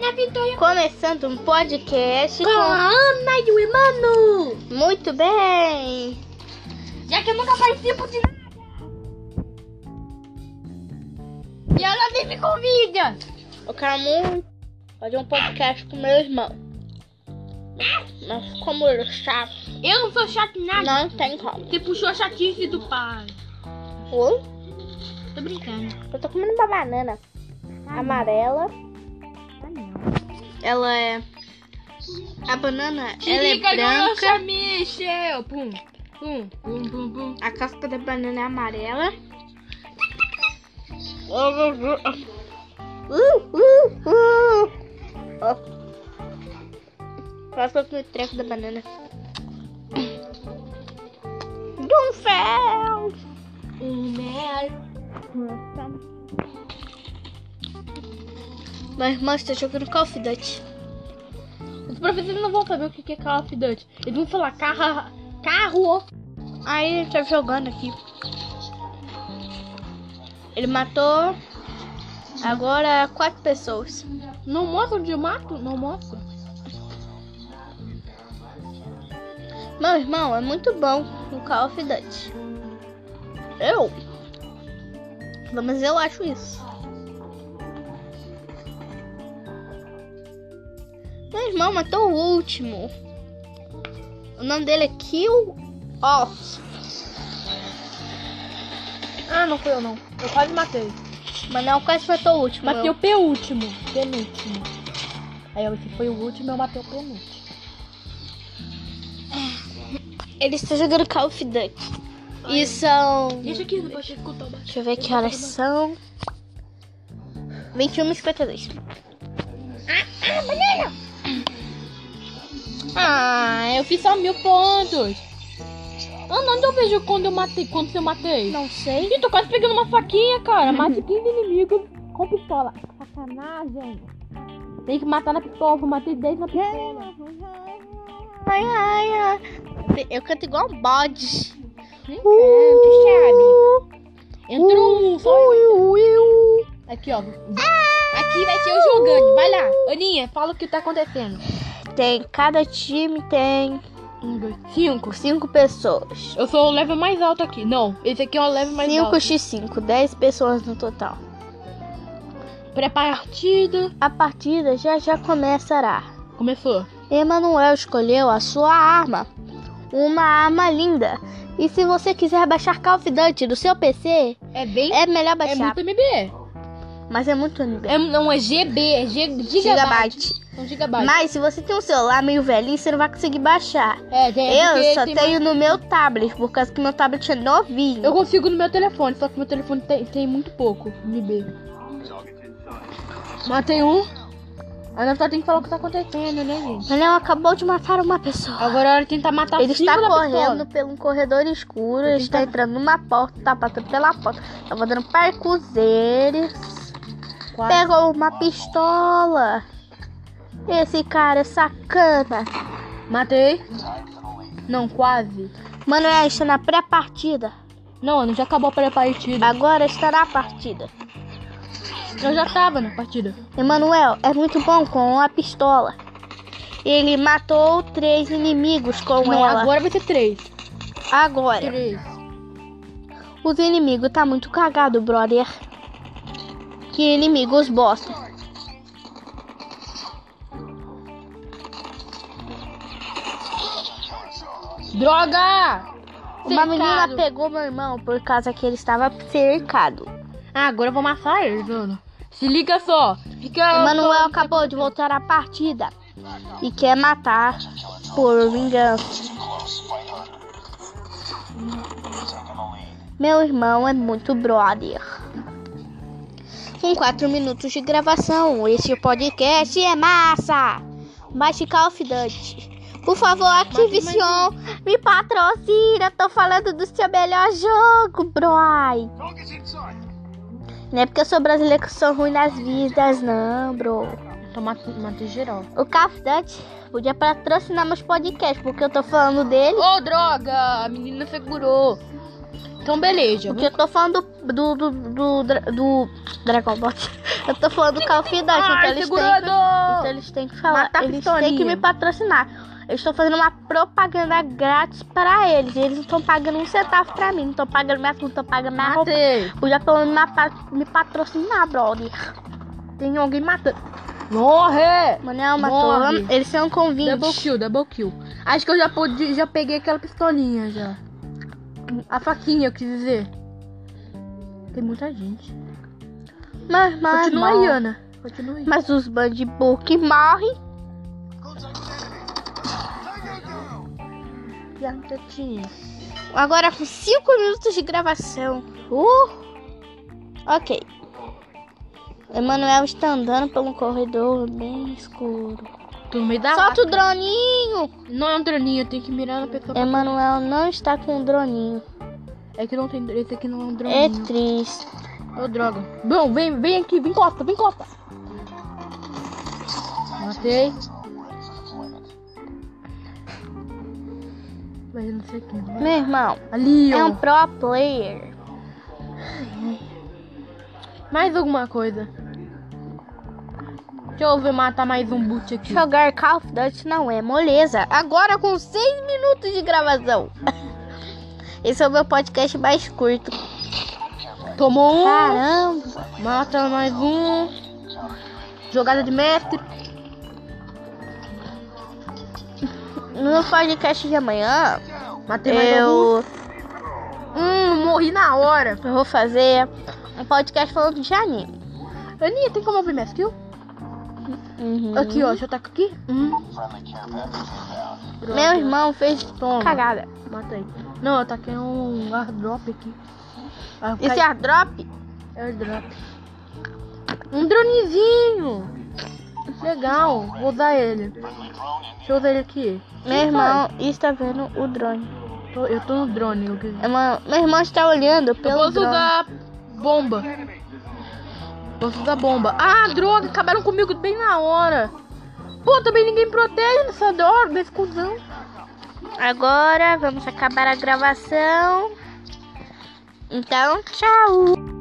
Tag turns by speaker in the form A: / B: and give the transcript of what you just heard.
A: Na Vitória
B: Começando um podcast
A: com
B: com...
A: a Ana e o Emanu.
B: Muito bem!
A: Já que eu nunca participo de nada. E ela nem me convida.
B: Eu quero muito fazer um podcast com meu irmão. Mas como ele é chato,
A: Eu não sou chato em nada.
B: não tem como.
A: Você puxou a chatice do pai.
B: Oi?
A: Tô brincando.
B: Eu tô comendo uma banana amarela. Ela é... A banana, ela é
A: Chirica
B: branca.
A: grossa, Michel. Pum. Pum, pum, pum, pum.
B: A casca da banana é amarela. Uh, uh, uh. Oh. Passou com é o treco da banana. Do céu!
A: Um mel.
B: Minha irmã está tá jogando Call of Duty.
A: Os professores não vão saber o que é Call of Duty. Eles vão falar carro. Carro.
B: Aí ele tá jogando aqui. Ele matou agora quatro pessoas.
A: Não mostra onde eu mato? Não mostra.
B: Meu irmão é muito bom no Call of Duty. Eu? Pelo menos eu acho isso. Meu irmão matou o último. O nome dele é Kill Off.
A: Ah, não fui eu não. Eu quase matei.
B: Manuel quase matou o último.
A: Matei
B: eu.
A: o penúltimo. Penúltimo. Aí esse foi o último, eu matei o penúltimo.
B: Ele está jogando Call of Duty. E são.
A: Deixa aqui, não pode escutar o
B: Deixa eu ver que horas são. 21h52.
A: Ah, eu fiz só mil pontos. Ah, não, onde eu vejo quando eu matei, quando eu matei?
B: Não sei.
A: Ih, tô quase pegando uma faquinha, cara. Mate 15 inimigos com pistola. Sacanagem. Tem que matar na pistola, eu matei 10 na pistola.
B: Ai, ai, ai. Eu canto igual um bode.
A: Hum, tu sabe. Entrou um, só eu. Aqui, ó. Aqui vai ser eu jogando. Vai lá. Aninha, fala o que tá acontecendo.
B: Tem, cada time tem
A: Um, dois, cinco.
B: cinco pessoas.
A: Eu sou o level mais alto aqui. Não, esse aqui é o level mais alto.
B: 5x5, 10 pessoas no total.
A: Pré-partida.
B: A partida já já começará.
A: Começou.
B: Emanuel escolheu a sua arma. Uma arma linda. E se você quiser baixar Call of Duty do seu PC,
A: É bem...
B: é melhor
A: É
B: baixar.
A: muito MB.
B: Mas é muito nível.
A: É, não, é GB. É G, gigabyte. Um gigabyte.
B: Mas se você tem um celular meio velhinho, você não vai conseguir baixar.
A: É, tem, é porque
B: Eu só
A: tem
B: tenho no meu tablet, por causa que meu tablet é novinho.
A: Eu consigo no meu telefone, só que meu telefone tem, tem muito pouco MB. Matei um. Ainda só tem que falar o que tá acontecendo, né, gente?
B: Manuel acabou de matar uma pessoa.
A: Agora é hora de tentar matar
B: Ele
A: cinco
B: está
A: da
B: correndo
A: pistola.
B: pelo um corredor escuro, ele está entrando numa porta, tá passando pela porta, tá dando parcuzeiros,
A: Quatro.
B: pegou uma pistola. Esse cara é sacana.
A: Matei. Não, quase.
B: Manuel está na pré-partida,
A: Não, Ana, já acabou a pré-partida.
B: agora está na partida.
A: Eu já tava na partida.
B: Emanuel é muito bom com a pistola. Ele matou três inimigos com
A: Não,
B: ela.
A: agora vai ser três.
B: Agora.
A: Três.
B: Os inimigos tá muito cagado, brother. Que inimigos bosta.
A: Droga!
B: Uma
A: Cercado.
B: menina pegou meu irmão por causa que ele estava cercado.
A: Ah, agora eu vou matar eles, Ana. Se liga só. Fica...
B: Emanuel acabou de voltar à partida e quer matar por vingança. Meu irmão é muito brother. Com 4 minutos de gravação, esse podcast é massa! Baixe Call of Duty. Por favor, Activision, me patrocina. Tô falando do seu melhor jogo, brother. Não é porque eu sou brasileiro que eu sou ruim nas vidas, não, bro.
A: Tô mat- matei geral.
B: O Cafdante podia patrocinar meus podcasts, porque eu tô falando dele.
A: Ô, droga! A menina segurou. Então, beleza.
B: Porque eu tô falando do. do. do. do, dra- do Dragon Ball. Eu tô falando do Call of Duty, então
A: Ai,
B: eles têm que. Então
A: segurador!
B: eles têm que falar.
A: Mata a
B: eles têm que
A: pistolinha.
B: me patrocinar. Eu estou fazendo uma propaganda grátis para eles. E eles não estão pagando um centavo pra mim. Não estão pagando minha tudo, não estão pagando minha roupa.
A: Matei.
B: O Japão me, pa- me patrocinar, brother. Tem alguém matando.
A: Morre!
B: Manel matou.
A: Morre.
B: Eles são
A: Double
B: convintes.
A: kill, double kill. Acho que eu já, pude, já peguei aquela pistolinha já. A faquinha, eu quis dizer. Tem muita gente.
B: Mas, mas,
A: Continua
B: mas-
A: aí, Ana. Continua aí.
B: Mas os bandibu que morrem.
A: Já já tinha.
B: Agora com 5 minutos de gravação. Uh! Ok. Emanuel está andando pelo corredor bem escuro.
A: Tô no meio da
B: Solta o droninho!
A: lata. Não é um droninho, tem que mirar na pessoa.
B: Emanuel não está com o droninho.
A: É que não tem. Esse aqui não é um
B: É
A: droninho.
B: triste.
A: Ô, droga. Bom, vem, vem aqui, vem costa, vem costa. Matei. Mas eu não sei quem. né?
B: Meu irmão,
A: Ali, ó.
B: é um pro player.
A: Mais alguma coisa. Deixa eu ver matar mais um boot aqui.
B: Jogar Call of Duty não é moleza. Agora com 6 minutos de gravação. Esse é o meu podcast mais curto.
A: Tomou um.
B: Caramba!
A: Mata mais um. Jogada de mestre.
B: No podcast de amanhã,
A: Matei mais algum.
B: eu,
A: Hum, morri na hora.
B: eu vou fazer um podcast falando de anime.
A: Aninha, tem como abrir minha skill?
B: Uhum.
A: Aqui, ó. Deixa eu tacar aqui. Hum.
B: Meu irmão fez
A: Toma.
B: cagada.
A: Mata aí. Não, eu taquei um airdrop aqui. Ah,
B: Esse
A: cai-
B: airdrop
A: airdrop. Um dronezinho. Legal. Vou usar ele. Deixa eu usar ele aqui.
B: Meu irmão está vendo o drone.
A: Tô- eu tô no drone. Eu, quis-
B: É uma- Meu irmão está olhando
A: eu
B: pelo
A: posso
B: drone.
A: usar bomba. Posso usar bomba. Ah, droga. Acabaram comigo bem na hora. Pô, também ninguém protege nessa droga. Desse cuzão.
B: Agora vamos acabar a gravação. Então, tchau.